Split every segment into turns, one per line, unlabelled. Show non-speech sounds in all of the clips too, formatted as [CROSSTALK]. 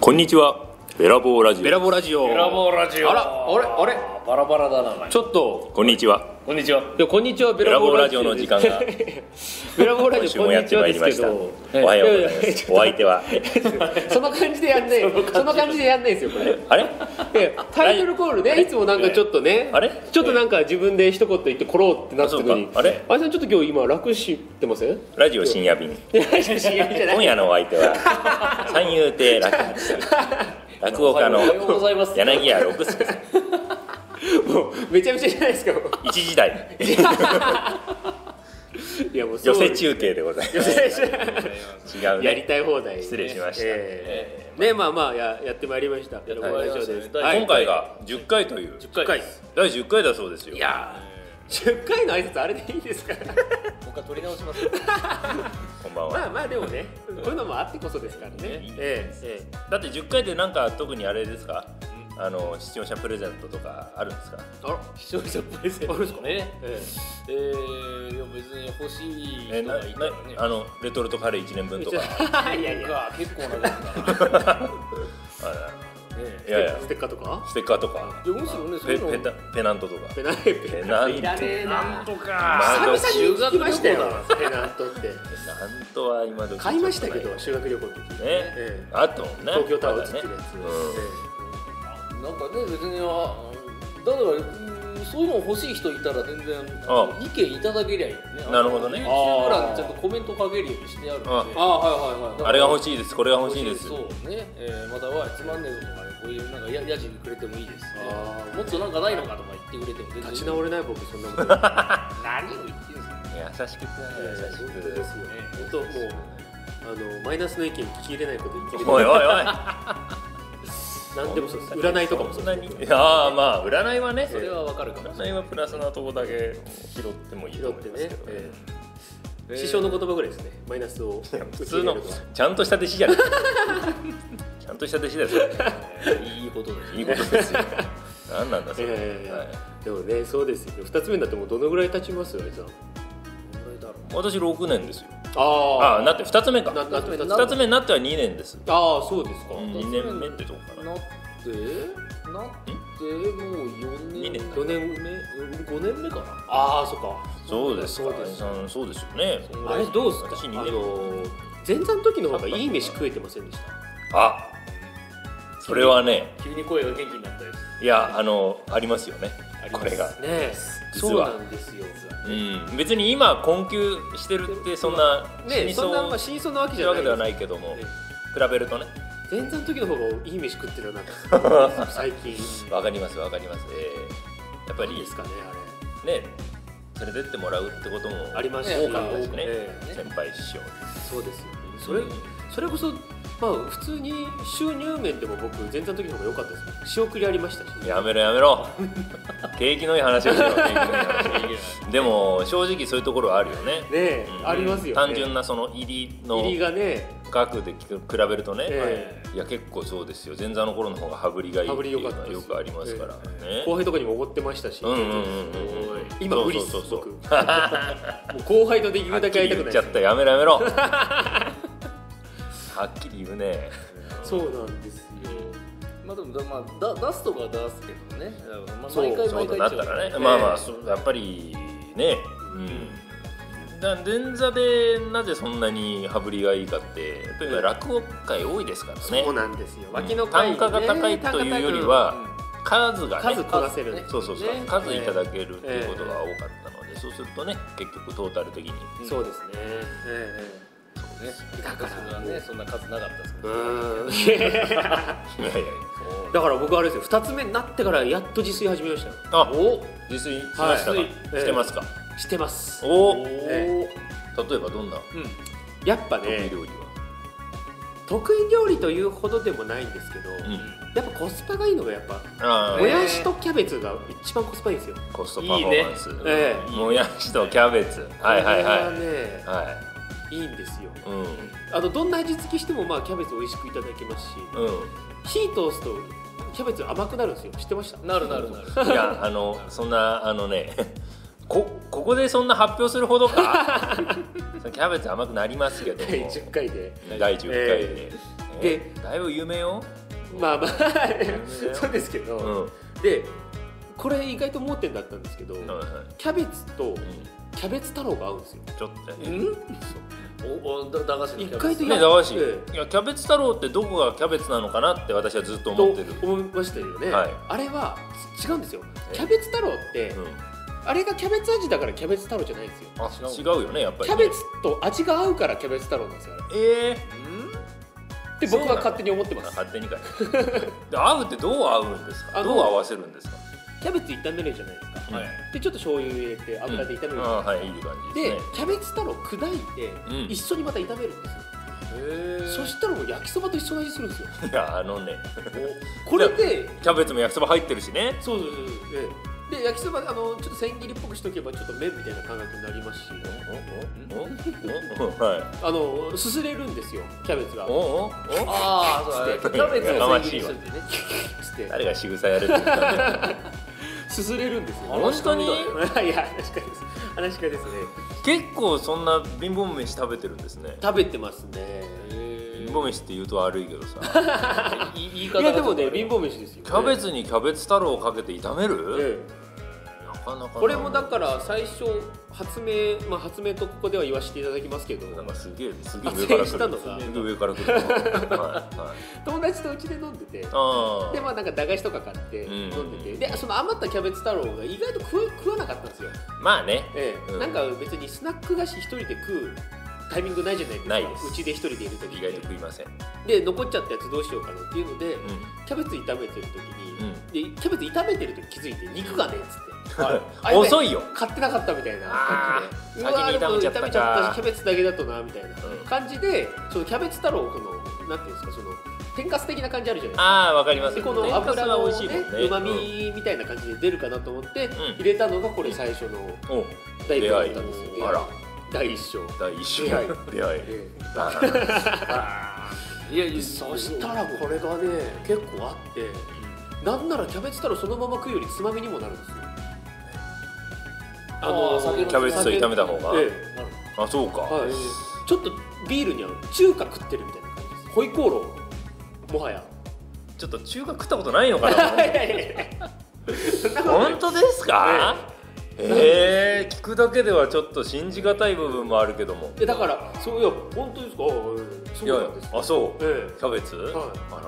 こんにちはベラボーラジ
ベ
オ
ラボーラジオ
ベラボーラジオ
あらあれあれ
バラバラだなお前
ちょっと
こんにちは
こんにちは
でもこんにちはベ
ベラ
ラボ
ボー
ー
ラ
ラ
ジ
ジ
オ
オ
の
で
時間
す
が
ベラボーラ
今
ジ
週
オこ
も
ん
やっ
にち
て
は
まいり
です
ま
け
した
ど
おはようございますお相手は
そんな感じでやんないそんな感じでやんないですよこれ
あれ
でタイトルコールねいつもなんかちょっとね
あれ
ちょっとなんか自分で一言言ってころうってなった時に
あそうかあれ
あいさんちょっと今日今楽してませんい
ラジオ深夜便
やいやいやいや
今夜のお相手は三遊亭落語さん落語家の
おはようございます
柳家六輔さん
もうめちゃめちゃじゃないですかもう
一時代
いやもうそう
寄せ中継でございま
寄
す
せ中
違うね
やりたい放題ね
失礼しました
ええねまあまあややってまいりましたベラボーラジオです
はい
今回が10回という
10回
第10回だそうですよ
いやー10回の挨拶あれでいいですか
もう一回取り直し
[LAUGHS]
ますよ
こんばん
ま
は
あまあでもねこういうのもあってこそですからね
いい
ええええ
だって10回ってなんか特にあれですかあの視聴者プレゼントとかあるんですか
あら
視聴者プレゼントですかね
え
えー、いや別に欲しい
え
人
な
がいたらね
なあのレトルトカレー1年分とか
えいやい
なん
や
か結構な額だな、ね
あ
え
いやいや
ステッカーとか
ステッカーとか
いやむしろね
あ
そういうの
ペペタペナントとか
ペナントペ
ペナント
いらねえ
な
なん
とか
まあ
久々に聞きましたよ
修学
ペナントって
ペナントは今時
買いましたけど
ね
修学旅行の時にええ
あったもんね
東京タワー映って
まだ
るや
ね
つ、
なんかね別にあだからうんそういうの欲しい人いたら全然
あ
意見いただけりゃいいよね
なるほどね
あの YouTube 欄にちゃんとコメントかけるようにしてあるんで
あ
ああはいはい
あれが欲しいですこれが欲しいです
そうね、えーまたはつまんねえこととかねこういうなんかややじくれてもいいですし
あー
もっとなんかないのかとか言ってくれても全然いい
立ち直れない僕そんなこと本
何を言ってるんです
優
かね
しくて優し
当
く
で
て
すよ本当もうあのマイナスの意見聞き入れないこと言ってる
おいおいおい
[LAUGHS] 何でもそうです占いとかもそ
そんな
うです
にああまあ占いはね
それはわかるかもしれ
占いはプラスなとこだけ拾ってもいいと
拾っ
思い
て
ま
ね
すけど、
ええ
ない
師匠の言葉ぐらいですねマイナスを
普通のちゃんとした弟子じゃない
[LAUGHS]
ちゃんとした弟子ですよ
いいことです
いいことですよ何なんだそれ、
ええ
はい
でもねそうですよ2つ目になってもうどのぐらい経ちますよあいさん
これだろう
私6年ですよあ
あ
あなって2つ目か
ななって二つ目
2つ目になっては2年です
ああそうですか、
うん二年目ってとこかな
なってなってもう4
二
年
年
4年目
5年目かな
ああそっか
そうですか
そうです
さんそうですよね
あれどうですか
私
あ
二
の
年目
ー前座の時の方がいい飯食えてませんでした
あそれはね
急に声が元気になったり
いやあのありますよねこれが
ねえ
実
そう
は
なんですよ
うん別に今困窮してるってそんな
ねえ
死にそう
そんなまあ真相なわ
し
け
て
じ
る
ゃ
わ
な
け
い
ではないいけども
え
比べるとね
前座の時の方がいい飯食ってるな
[LAUGHS]
なんか最近
わかりますわかりますえーやっぱ
いい
り
ですかねあ
ね連れてってもらうってことも
れありました
多かったしね
ええ
先輩師匠
そうですよねそれ、それこそまあ普通に収入面でも僕前座の時の方が良かったですよ仕送りありましたしね
やめろやめろ景気のいい話をしろ景気のいい話
する
でも正直そういうところはあるよね
え
うん
ありますよね
単純なその入りの
入りがね
額で聞く比べるとね、
え
いや結構そうですよ前座の頃の方が羽振りがいいっていうの
羽振り良かった
は
です
よくありますからね、
後輩とかにもおごってましたし、
うんうんうんうん
今
そうそう
無理っす
そうそう [LAUGHS]
僕もう後輩とできるだけ会いたく
はっきり言
な
っ
い
ちゃったやめろやめろはっきり言うね
そうなんですよ
まあでもだ、まあ、だ出すとか出すけどね、まあ、
そう
毎回
そう
毎
と
回
なったらね、
違う
まあまあそうやっぱりねうんだから前座でなぜそんなに羽振りがいいかってやっぱり今落語界多いですからね、
そうなんですよ
うん
脇の会
単
にね
価が高いというよりは数がね
数こなせる
そうそうそう、
ね
数いただけるっていうことが多かったので、そうするとね結局トータル的に
うんそうですねえ
そうね
だから
それはねそんな数なかったですけ
え
ど、
う [LAUGHS] ーん
いやいやいや
だから僕あれですよ2つ目になってからやっと自炊始めましたよ
あ
お
自炊しましたか、
はい
してますか、
してます
おお、
え
例えばどんな
うん
やっぱ
得意
ね
料理は、
得意料理というほどでもないんですけど、
うん
やっぱコスパがいいのがやっぱ
あ
も
ー
やしとキャベツが一番コスパいいんですよ
コストパフォーマンス
いいね
え
うんもやしとキャベツはいはいはい、
これはね
はい
いんですよ
いうん
あのどんな味付けしてもまあキャベツ美味しくいただけますし火通すとキャベツ甘くなるんですよ知ってました
なるなる
[LAUGHS]
なる
うんいやあのそんなあのね [LAUGHS] こここでそんな発表するほど
[LAUGHS]
かキャベツ甘くなりますけども
第10回で
第10回で、
えで
だいぶ夢よ、
まあまあ
然
[LAUGHS] そうですけど、
うんは
でこれ意外と盲点だったんですけど、
いは
キャベツと
いうん
キャベツ太郎が合うんですよ
ちょっとね
ん
おおだ駄菓子のキャ
意
ベツ
外と
ねだわし、
え
いやキャベツ太郎ってどこがキャベツなのかなって私はずっと
と
思ってる
思いましたよね、
はい
あれはつ違うんですよ
え
キャベツ太郎って、
うん
あれがキャベツ味だからキャベツ太郎じゃないんですよ
あ
違う
違うよねやっぱり
キャベツと味が合うからキャベツ太郎なんですよあれ
ええ
って僕は勝手に思ってます
勝手にかいで合うってどう合うんですか
あ
どう合わせるんですか
キャベツ炒めるじゃないですか、
はい
でちょっと醤油入れて油で炒めるじゃ
う
ないです
ん
か、
あはいいい感じ
で
ですね
キャベツ太郎砕いて、
うん
一緒にまた炒めるんですよ、そしたらもう焼きそばと一緒の味する
[LAUGHS]
んですよ
いやあのね
これで
キャベツも焼きそば入ってるしね
そうそうそうそうでで焼きそばあのちょっと千切りっぽくしとけばちょっと麺みたいな感覚になりますし
おおおおはい
あのすすれるんですよキャベツが
おおお
ああそうだね
つって
キャベツ
やか
を
ま
千切
し
り
い
し
わ
といてね
つって
誰が仕草やれって言ったんだよ
すすれるんですよ
あ本当に
[LAUGHS] いや話し家です話し家ですね
結構そんな貧乏飯食べてるんですね
食べてますね
貧乏飯って言うと悪いけどさ
い言い
い
方
やでもね貧乏飯ですよ、ね、
キャベツにキャベツ太郎をかけて炒める
ええ
なかなかな
これもだから最初発明、まあ、発明とここでは言わせていただきますけど
なんかすげえすげえ上から来
発生した
る
のか
すげえ上から来るはいはい
友達とうちで飲んでて
ああ
でまあなんか駄菓子とか買って
うん
飲んでて、でその余ったキャベツ太郎が意外と食わ食わなかったんですよ、
まあね
ええ
うん
なんか別にスナック菓子一人で食うタイミングないじゃないですか
ないです
うちで一人でいる時
意外と食いません
で残っちゃったやつどうしようかなっていうので、
う
キャベツ炒めてる時
ん
に、
うん
でキャベツ炒めてる時気づいて肉がねっつってあやべえ
遅いよ
買ってなかったみたいな
あ
感
ー
じでうわ
先に炒め
ー
ちゃったか
でもしキャベツだけだとなみたいな
うん
感じでそのキャベツ太郎このなんていうんですかその天かす的な感じあるじゃないですか
ああわかります
でこの
が
油の
美
ね
味しいもんね
うまみみたいな感じで出るかなと思って
ん
入れたのがこれ最初の
うんお
第一章だったんですよ
出会いあら
第一章
第一章
出会い
出
[LAUGHS]
会い
で
バーン
いやいや
そしたらこれがね結構あってなんならキャベツ太郎そのまま食うよりつまみにもなるんですよ
あー酒の
キャベツと炒めた方が
ええ
なる
あそうか
はい、ちょっとビールに合う中華食ってるみたいな感じですホイコーローもはや
ちょっと中華食った [LAUGHS] ことないのか
[LAUGHS]
な本当ですかええ聞くだけではちょっと信じがたい部分もあるけども
えだからそういや本当ですかああ
い
そ
や
う
い
な
や
んです
あそう
ええ
キャベツ
はい
あら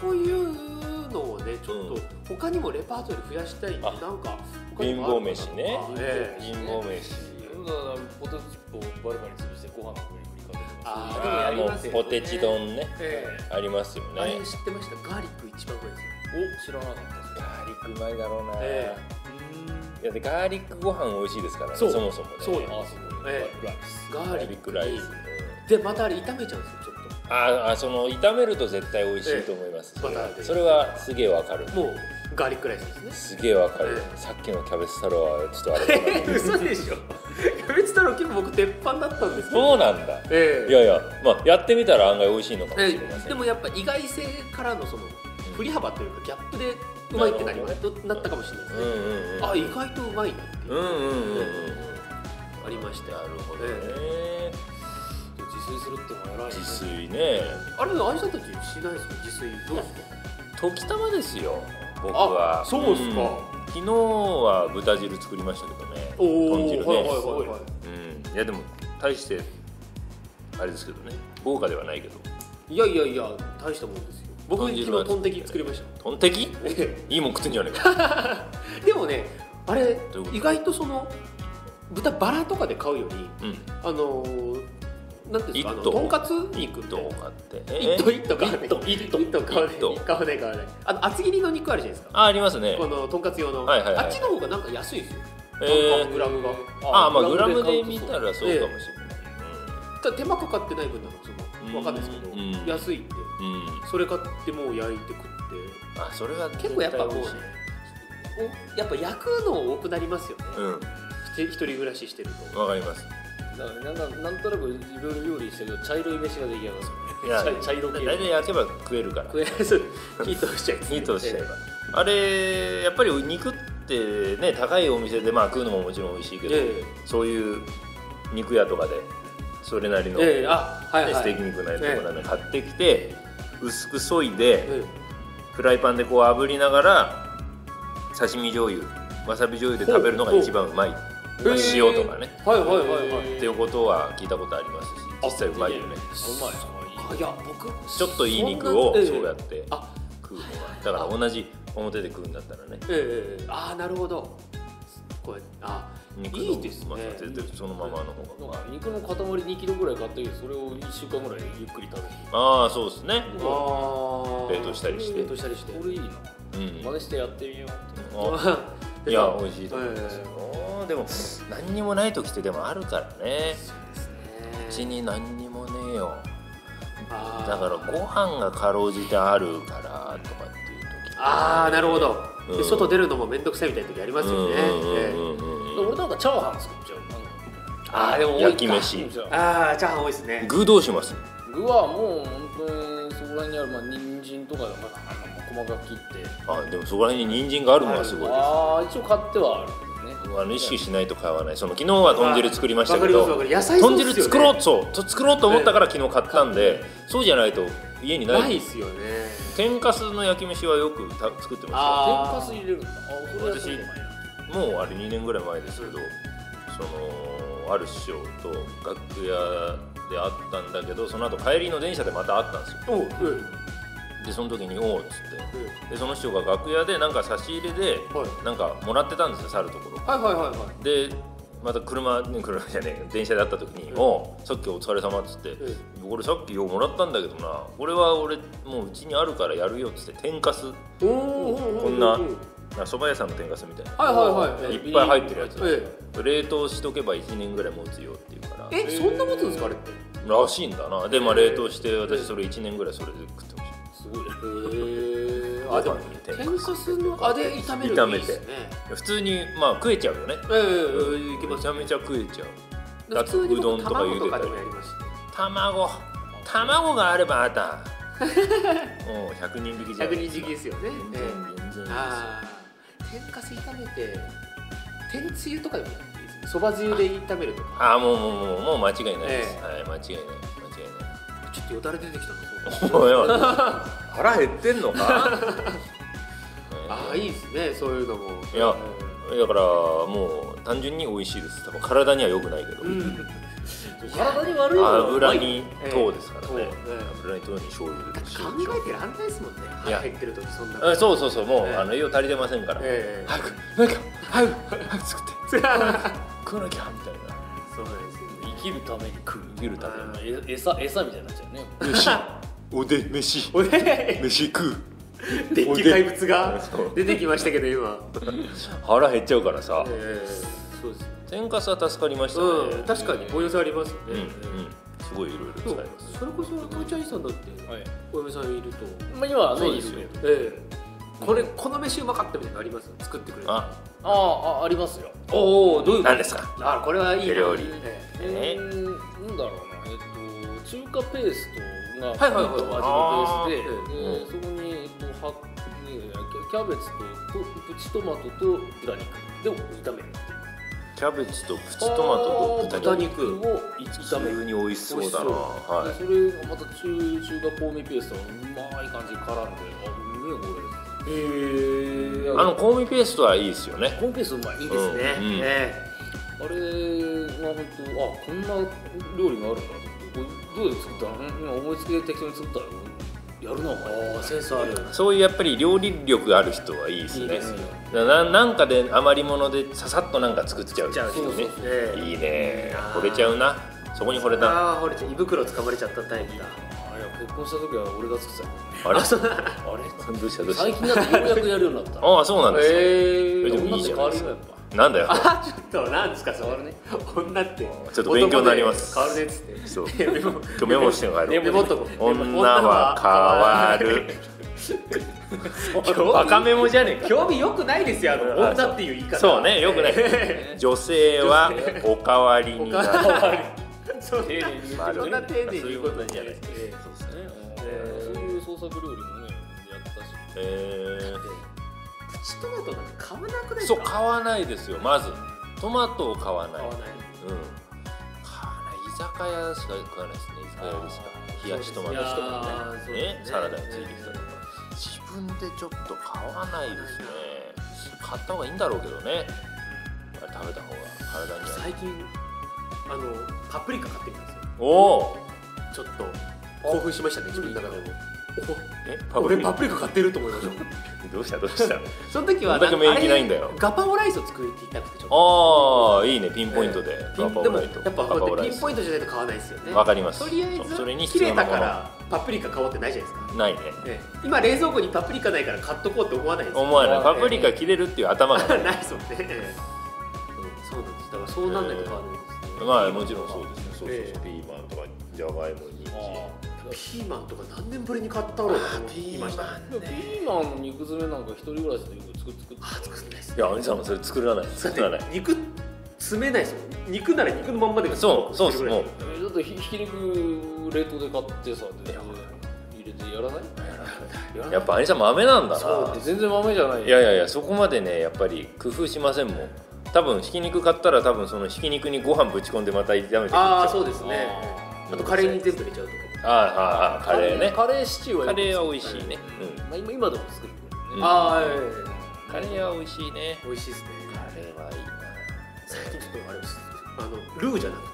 こういうのをねちょっ
うん
と他にもレパートリー増やしたいんで
あ
なんか他に
貧
も
乏
ある
飯
かな
ね
あえ
貧乏飯
ほどだからポテトチップをバリバリ潰してご飯の上に振りかけて
あ
ます
ーでもやります
あー
よね
もうポテチ丼ね
え
ありますよ
えあれ
ね
知ってましたガーリック一番うまいですよ
お知らなかったです
ガーリックうまいだろうな、
え
いやでガーリックご飯美味しいですからね
そ
そうもそもね
そうよ
あすごい
え
ライス
ガ
ガ
ー
ー
リ
リッ
ック
ク
ラ
ラ
イ
イ
ス
ス
でまたあれ炒めちゃうんですよちょっ
ああその炒めると絶対美味しいと思います、
ええバターで
それはすげえわかる
ともうガーリックライスで
[LAUGHS]
すね
すげえわかる、
ええ
さっきのキャベツ太郎はちょっとあれだな
え嘘でしょキャベツ太郎結構僕鉄板だったんですけど
そうなんだ
ええ
いやいやまあやってみたら案外美味しいのかもしれません、
えでもやっぱ意外性からのその振り幅というかギャップでうまいってなりまなったかもしれないです
うん
ね、
うんうん
あ意外とうまいなっていう、
うんうんうんうん
ありましたなるほど、ええ
ええ
自炊するってのは偉い
自
ね
炊ね
あれあいさんたちしないですか自炊どうですか
時たまですよ僕は
あそうっすか
ん昨日は豚汁作りましたけどね豚汁ね、
はいはいはいはい
うん、いやでも大してあれですけどね豪華ではないけど
いやいやいや大したもんですよ僕昨日トンテキ作りました
トンテキ
え
いいもん食ってんじゃねえ
[LAUGHS]
か
えでもねあ
どうい
れ
うこと
意外とその豚バラとかで買うより
うん
あのー、なんていうんですかあの
一頭
とんかつ肉って
どうかってえ
一頭一頭買わない
一頭一頭
一頭買わない
一頭
買わない買わないあの厚切りの肉あるじゃないですか
あありますね
このとんかつ用の、
はいはいはい
あっちの方がなんか安いですよ
え
なん
ー、
かグラムが
ああまあグラ
で
ム
買
で
うと
見
そう
たらそうかもしれない、
ただ手間かかってない分なんかその
うん
わかんないですけど、
うん
安いんで
うん、うん
それ買ってもう焼いて食って
あそれは
結構やっぱもう
絶対
おやっぱ焼くの多くなりますよね、
美味
ひ一人暮らししてる
しい
と
うんわかります
だからなんかなんとなくいろいろ料理したけど茶色い飯が出来上がる
いや
茶茶色系
大体焼けば食えるから
これそう [LAUGHS] 火通しちゃいます
ミートしちゃえばあれやっぱり肉ってね高いお店でまあ食うのももちろん美味しいけど、
え
そういう肉屋とかでそれなりの、
えええあはい
ね
は
ステ
い
ーキ肉のやつとかなんか買ってきて、薄くそいで、
え
フライパンでこう炙りながら刺身醤油わさび醤油で食べるのが一番うまい、まあ
ほう
塩とかね
はいはいはいはい
っていうことは聞いたことありますし実際うまいよね
あいや僕
ちょっといい肉を
そんなええ
そうやって
あ
食うのがだから同じ表で食うんだったらね
ええええああなるほどこれあ
肉
いいですね
まあ全然そのままの方が
なんか肉の塊2キロぐらい買ってきてそれを1週間ぐらいゆっくり食べる
ああそうですね
あー
冷凍したりして
冷凍したりして
これいいな
うん
真似してやってみよう
あいや美味しいと思いますよでも何にもない時ってでもあるからねうちに何にもねえよだ
だ
からご飯がかろうじてあるからとかっていう時
ああなるほど、で
うん
外出るのも面倒くさいみたいな時ありますよね、ええ
と俺なんかチャーハン作っちゃうなんか
ああでも多いか
焼き飯
じゃあ
ああチャーハン多いですね
具どうします
具はもう本当にそこら辺にあるまあ人参とかまあ細かく切って
あでもそこら辺に人参があるのはすごいで
ああ一応買ってはあるけどね
すあの意識しないと買わないその昨日は豚汁作りましたけ
わ
ど
かりますわかります野菜そう
豚
っすよね
汁作ろうそうと作ろうと思ったから昨日買ったんでそうじゃないと家にな
ない
い
ですよね
天かすの焼き飯はよくた作ってま
天
あ
かす入れるんだあそれはそうだな
すよもうあれ2年ぐらい前ですけどそのある師匠と楽屋で会ったんだけどその後帰りの電車でまた会ったんですよ
おううんうん
でその時に「おお」っつってでその人が楽屋でなんか差し入れで
はい
なんかもらってたんですよ去るところ
はいはいはいはい
でまた車ね車じゃねえ電車で会った時に「
うん
おうさっきお疲れ様っつって
う
「
ん
俺さっきよもらったんだけどな俺は俺もううちにあるからやるよ」っつって天かす
おお
こんなあ蕎麦屋さんの天かすみたいな
はいはいはい
いっぱい入ってるやつ
え
冷凍しとけば1年ぐらい持つよっていうから
ええそんな持つんですかあれってへ
らしいんだなでまあ
えー
冷凍して私それ1年ぐらいそれで食ってまし
すごい
え
た
あでも
ご飯に天
天
かす
かすのあで炒める
炒
のい
め
いってすね
普通にまあ食えちゃうよね
ええええいけま
め
す
ちゃめちゃ食えちゃう
普通に
うどんとか茹
卵と
でた
か
り
でもやりますし
卵卵があればあ
[LAUGHS]
たもう100人引きじゃない
百人時期ですよね
全
え
然
え
全然
ああ天かす炒めて天つゆとかでもいいですねそばつゆで炒めるとか
ああもうもうもうもう間違いないです、
え
はい間違いない間違いない
ちょっとよだれ出てきたの [LAUGHS]
おいおい腹減ってんのか、
ああいいですねそういうのも
いやだからもう単純に美味しいです多分体には良くないけど、
うん
体に悪いのは
油に
ええ
糖ですからね、
そうえ
油に糖に醤油
え
で
考
塩
えてらんないですもんね
いや
腹減ってる時そんな
あそうそうそうもう、
ええ
あの栄養足りてませんから、
ええ
早く何か早く早く作って
そうなん
食わなきゃみたいな
ですよ
生きるために食う
生きるために
え餌餌みたいになっちゃうね
飯おで飯
おで
飯食う
でっき怪物が
そう
出てきましたけど今
腹減っちゃうからさ
ええそうです
天かすは助かりましたね
うん確かにこういう差ありますよ
うんう
ね
んすごいいろいろ使
そ
え
う
ます
それこそ父ちゃんさんだって
はい
お嫁さんいると
まあ今はね
そうですよ
いるけど
ええこれこの飯うまかったみたいなのあります作ってくれる
あ
あああありますよ
おおどういうこと
何ですか
あこれはいいな
手料理
ええ
えー、なんだろうなえっと中華ペーストが
はいはいはい
ちょっと味の
あ
ペースで、えーそこにえっとはねキャベツととプチトマトと豚肉で炒める
キャベツとプチトマトと
あ
豚
ー豚
肉
肉
を炒める
普通に美味しそうだな
美味しそう
は
でそれがまた中中華香味ペーストがうまい感じに絡んであうめえこ
ええ
いあの香味ペーストはいいですよね
れ香味ペーストうまい
いいですね
うんうん
え
あれは本当あこんな料理があるんだと思ってこれどうやって作ったの今思いつきで適当に作ったよやるなお前
えセンスある
そういうやっぱり料理力がある人はいいです
いい
ね
ですよ
ななんかで余り物でささっとなんか作っちゃう
ちゃう人ね
ね
ええ
いいね
あー
惚れちゃうなそこに惚れた
ああほれちゃん胃袋掴まれちゃったタイプだ
あれは結婚した時は俺が作ってたよ
あれ
そうなん
あれどうしたどう
最
した
近だってようやくやるようになった
ああそうなんですね
え
え
え
でもいいじゃないですかなんだよ
あちょっとなんですかそれね女ってちょ
ちょっと勉強になります
変わるねっつって
そう
いやメモ
今日メモして帰ろう
メモっとこう
女は変わるバカメモじゃねえか
興味よくないですよあの
あそう
女っていう言い方
そうねよ
[LAUGHS]
くない女性はおかわりになる
そんな
丁寧に言って
まあ
そんな丁寧に言うこと
そういうことじ
じ
ゃ
ゃ
な
ないい
で
え
そうですね
そういう創作料理もねやってたし
え
えプチトマトなんて買わなくない
ー
ですか
そう買わないですよまずトマトを買わない
買
う
わない
ん買わない酒屋しか食わないですね居酒屋でしか
あ
冷やしトマトし
そうですね
か
いやーそう
ね
ですね
ねサラダについてきたりとか自分でちょっと買わないですね買った方がいいんだろうけどねあれ食べた方が体にはいい
最近あのパプリカ買ってみたんですよ
おお
ちょっと興奮しましたね自分の中でも
え
お俺パ
プ
プリカ買ってると思いました
リどうしたどうした
[LAUGHS] その時は
どんだけ免疫ないんだよ
あれガパオライスを作りたくてちょっと
ああいいねピンポイントで、
ピン
ガパ
で
オ
も
ラ
や
イ
っ
ト
ぱ
ガパ
こ
オ
うやっ
ラ
て
イ
ピン
ス
ポイントじゃないと買わないですよね
わかります
とりあえ
そうそれに
ず切
必
れ
要な
た
も
か
の
らパプリカ買おうってないじゃないですか、
ないね
ね、今冷蔵庫にパプリカないから買っとこうって思わないですよ
思わない
ええ
パプリカ切れるっていう頭がない
[LAUGHS] ないですもんね、ええそうなんですだからそうなんないと買わないですね、
まあもちろんそうですねそうそうそう、
ええ
ピーマンとかじゃがいもにんじん
ピーマンとか何年ぶりに買ったろうなと思っていましたね
ピーマンの肉詰めなんか一人暮らしでよく作って作って
あ作んないです
いやお兄さんもそれ作らない作らない
肉詰めないですもん肉なら肉のまんまで
そうそうですもう
えーだってひひき肉冷凍で買ってさで入れてやらない
や
やっぱ兄さん豆なんだ
そう
な
です
全然豆じゃないよ
いやいやいやそこまでねやっぱり工夫しませんもん多分ひき肉買ったら多分そのひき肉にご飯ぶち込んでまた炒めて食っちゃ
ああ
う
そうですね
あ
あとカレーに全部入れちゃうとか
ああああカレーね
カレーシチューはよ
カ
く
レーは美味しいね、
まあ、今今でも作るけど
う
ね
ん、
ああ
うん、カレーは美味しいね
美味しいですね
カレーはいいな
最近ちょっとあれですあのルーじゃなくて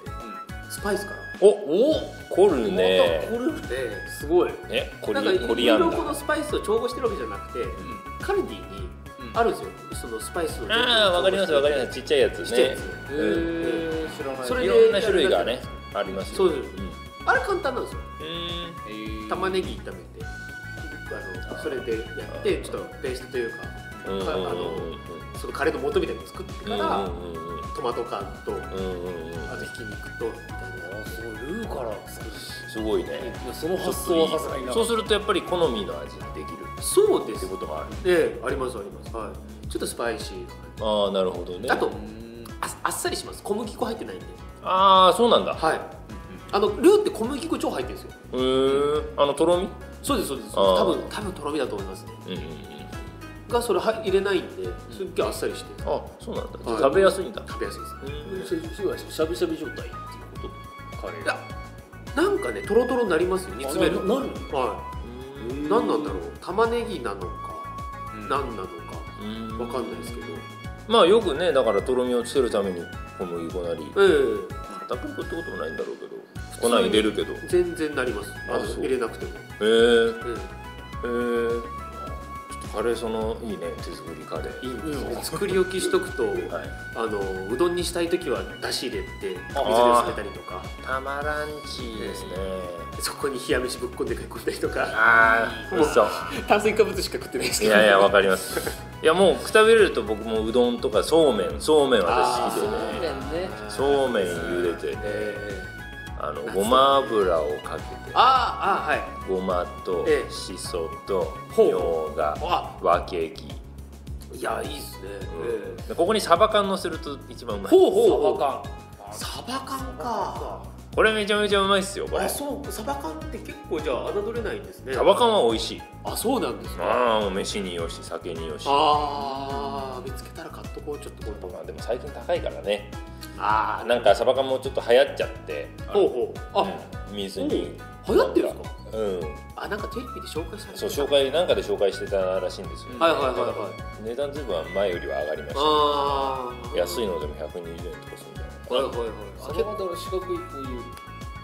スパイスから
おお凝る
また
ね
これって
すごい、
ねコ
なんかい
リコ
ろい
リアン
ろ
ダ
この
ー
スパイスを調合してるわけじゃなくてカルディにあるんですよそのスパイスの
ああわかりますわかりますすちっちゃいやつね
ちっちゃいやつ
へえ知らない
それ
い
で
ろんな種類がねあります
そう
で
ですすあれ簡単なんですよ
えー
玉ねぎ炒めてあのそれでやってちょっとペーストというか
うんうん
かあ
うん
のそのカレーの素みたいなの作って
う
か
ん
ら
うんうんうん
トマト缶と
うんうんうん
あとひき肉とみたいな
あすごいルーから作る
すごい
い
ね
やその発想はさすがにな
そうするとやっぱり好みの味ができる
そうで
って
す
ことがある
ええありますありますはいちょっとスパイシーな感
ああなるほどね
じあと
うん
ああっさりします小麦粉入ってないんで
ああそうなんだへ
はいあのルーって小麦粉超入ってるんです
え
よ
あのとろみ
そうですそうです
あー
多分多分とろみだと思いますね
うんうんうん
がそれは入れないんですっげえあっさりして
あそうなんだ
はい
食べやすいんだ
食べやすいですね
うん
それそれはしゃびしゃび状態っていうことカレー
いやなんかねとろとろになりますよ煮詰めると
あななる
は
う
い
ん
何なんだろう玉ねぎなのか
うん
何なのか
うん
わかんないですけど
まあよくねだからとろみをつけるために小麦粉なり
ええ
片栗粉ってこともないんだろうけど粉入れるけどへ
全然なりますあ
あ
の
そう
入れなくても
えへ
う
え
ん
ちょっとカレーそのいいね手作りカレー
いいんですよ作り置きしとくと
はい
あのうどんにしたい時はだし入れて水で
あー
薄めたりとか
たまらんちですね
そこに冷や飯ぶっこんで食い込んだりとか
ああ美味しそう
炭水化物しか食ってないです
い
けど
やいやわかりますいやもうくたびれると僕もうどんとかそうめんそうめん
あ
私
ー
好きで
そ
ね
うめんね
そうめん茹でてね
え
あのごま油をかけて
ああはい
ごまと
ええ
しそと
ほう
みょうが
あ
和ケーキ
いやいいっすね、え
でここにサバ缶乗せると一番うまい
ほうほう
サバ缶
えサバ缶か
これめちゃめちゃうまいっすよこれ
あそうサバ缶って結構じゃあ侮れないんですね
サバ缶は美味しい
あそうなんですね
ああ飯によし酒によし
あー見つけたら買っとこうちょっとこ
ま
れ
あでも最近高いからね
あー
なんかサバ缶もちょっと流行っちゃって
ほうほうあ
うん水に
流行ってるんですか
うん
あなんかテレビで紹介されて
そう
る
紹介なんかで紹介してたらしいんですよ
はいはいはいはい
値段ずいぶん前よりは上がりまし
ああ
た安い
は
のでも120円とかするんじゃない
いはいはい
それはだから四角いこういう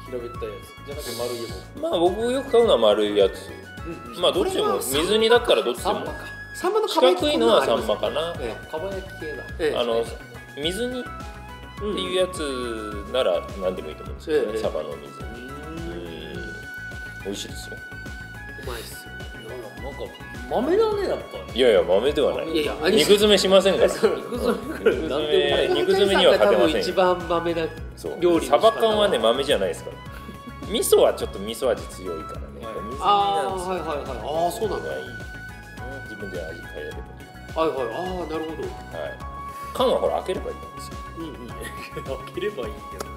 平べったいやつじゃなくて丸いや
まあ僕よく買うのは丸いやつ
つうんうん
まあどっちも水煮だったらどっちで
サン
も
マか
サンマの
四
かば焼き
角いのはサンマかな
え
かば焼き系だ
えええ
あの水煮
て
っていうやつなら何でもいいと思うんですけどね、
ええ
サバの水
う
煮うんん美味しいですよ
うまいっすよね
いやなんか豆だねやっぱ
いやいや豆ではない
いやいやア
肉
ニス
詰めしませんから [LAUGHS]
そう
肉詰めく
肉
らい
詰
なん
め
でもない
肉詰めには勝てませんよ
多分一番豆な
そう
料理の仕
サ
方
バ
は
缶はね豆じゃないですから味噌はちょっと味噌味強いからね
はい
水煮
あ
なんです
ー
よ
はいはいはいああそうなんだ
いい自分で味変えればいい
はいはいああなるほ
は
ど
い、缶はほら開ければいいんですよ。
うんうん
開ければいいけど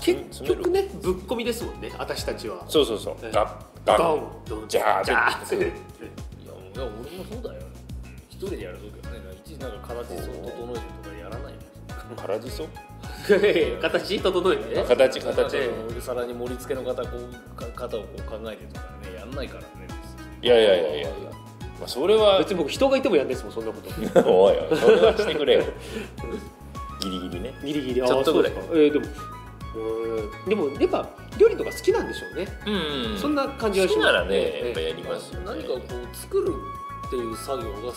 結局ねぶっ込みですもんね私たちは
そうそうそう。
ええ
ガッガ
ド
ッ。
ンドン
じゃあ
じゃあ
そう
いやいや俺もそうだよ一人でやるときはねいちいちなんか形そう整えてとかやらないよ
からじそ
形整えてね
形形
皿に盛り付けの方こうか方をこう考えてとかねやんないからね
いやいやいやいやまあそれは
別に僕人がいてもやんないですもんそんなこと
[LAUGHS] おいおいそれはしてくれよギリギリね
ギリギリあー
ちょっとぐらい
そうですかえーでもうーんでもやっぱ料理とか好きなんでしょうね、
うん
そんな感じは
好
し
き
ます
ならねやっぱやりますよね
何かこう作るっていう作業が好き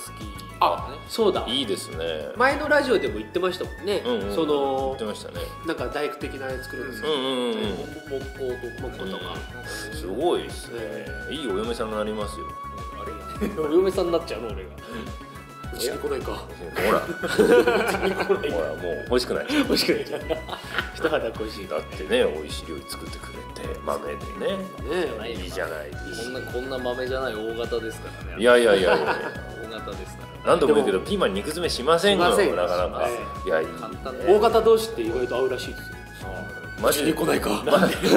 あそうだ
いいですね
前のラジオでも言ってましたもんね、
うんうん
そ
言
の
ってましたね
なんか大工的なやつ作るんです
う
よ、
んうんうん
木工と
木工とか、
すごいですねいいお嫁さんになりますよ
あれ
お嫁さんになっちゃうの俺が
うちに来ないか
ほ [LAUGHS] らほらもう欲しくない
欲しくないじゃん一肌恋しい
だってね美味しい料理作ってくれて豆で
ね
ねいいじゃないで
こ
す
んなこんな豆じゃない大型ですからね
いやいやいやいや [LAUGHS]
大型ですから
何度も言うけどピーマン肉詰めしませんよ
し
な
ま
か
せんよ
なか
え
いやいい
簡単
え大型同士って意外と合うらしいですよ
マジで
来な
[LAUGHS]
いか
マジで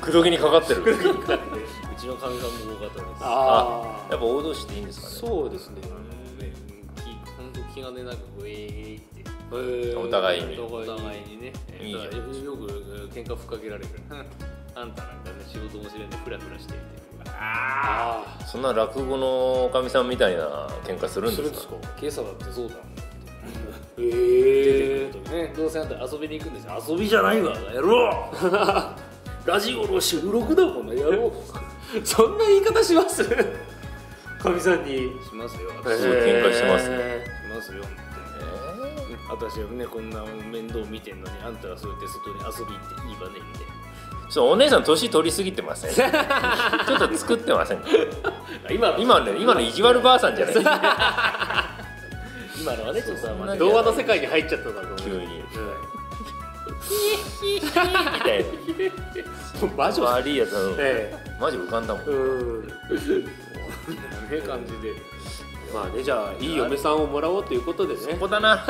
口説きにかかってる
うちのかみさんも大型です
あ
やっ
あ
ぱ王道士でいいんですかね
そうですね
ね本当気兼ねなくウェーって
えー
お互いに
お互いにね
いいじゃん
だからよく喧嘩ふっかけられる [LAUGHS] あんたなんかね仕事も知らんでフラフラしていて
あ
そんな落語のおかみさんみたいな喧嘩するんですか
今朝だってそうだもん
え
出
え
てくるとねどうせあんた遊びに行くんでしょ遊びじゃないわやろう [LAUGHS] ラジオの収録だもんねやろう
そんな言い方します [LAUGHS] かみさんに
しますよ
す
私
ごい
し
喧嘩してますね
え
ますよ本当に
えー
私はねこんな面倒見てんのにあんたはそうやって外に遊び行っていいわねみたいな
ちょっとお姉さん年取りすぎてません [LAUGHS] ちょっと作ってませんか
あ今今
今ね今の意地悪ばあさんじゃないですか
今のはねちょっとま
ー
あ
童話の世界に入っちゃったなと思って
急 [LAUGHS] に
うん
みたい
もう [LAUGHS] 魔
な
女
悪いやつなの
え
マジ浮かんだもん
えうん
ねえ感じで
まあねじゃあいい嫁さんをもらおうということでね
ここだな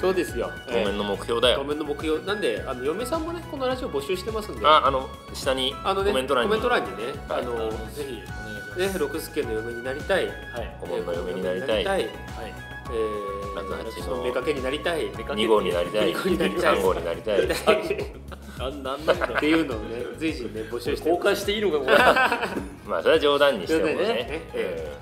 そうですよ
当面の目標だ
当
よ
面の目標なんであの嫁さんもねこのラジオ募集してますんで
ああの下に
あのね
コメント欄に
にね、
はい
あのぜひね六助の嫁になりたい
はい
顧問の嫁になりたい
えー
はい
えー
落八の
私の目かけになりたい
2号になりたい
二号になりたい
3号になりたい
あなんなんだろ
っていうのをね随時ね募集して
公開していいのかこれ
まあそれは冗談にしてもね
冗談ね
え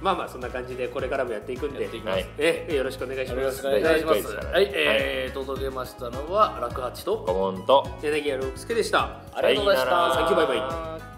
まあまあそんな感じでこれからもやっていくん
や
で
っていき
ーはい
えーよろしくお願いし
よろ
ま
し
す
くお願いします
はい
はいえー届けましたのは楽八と
顧問と
柳家六助でした
ありがとうございました
さよならサンキューバイバイ
イ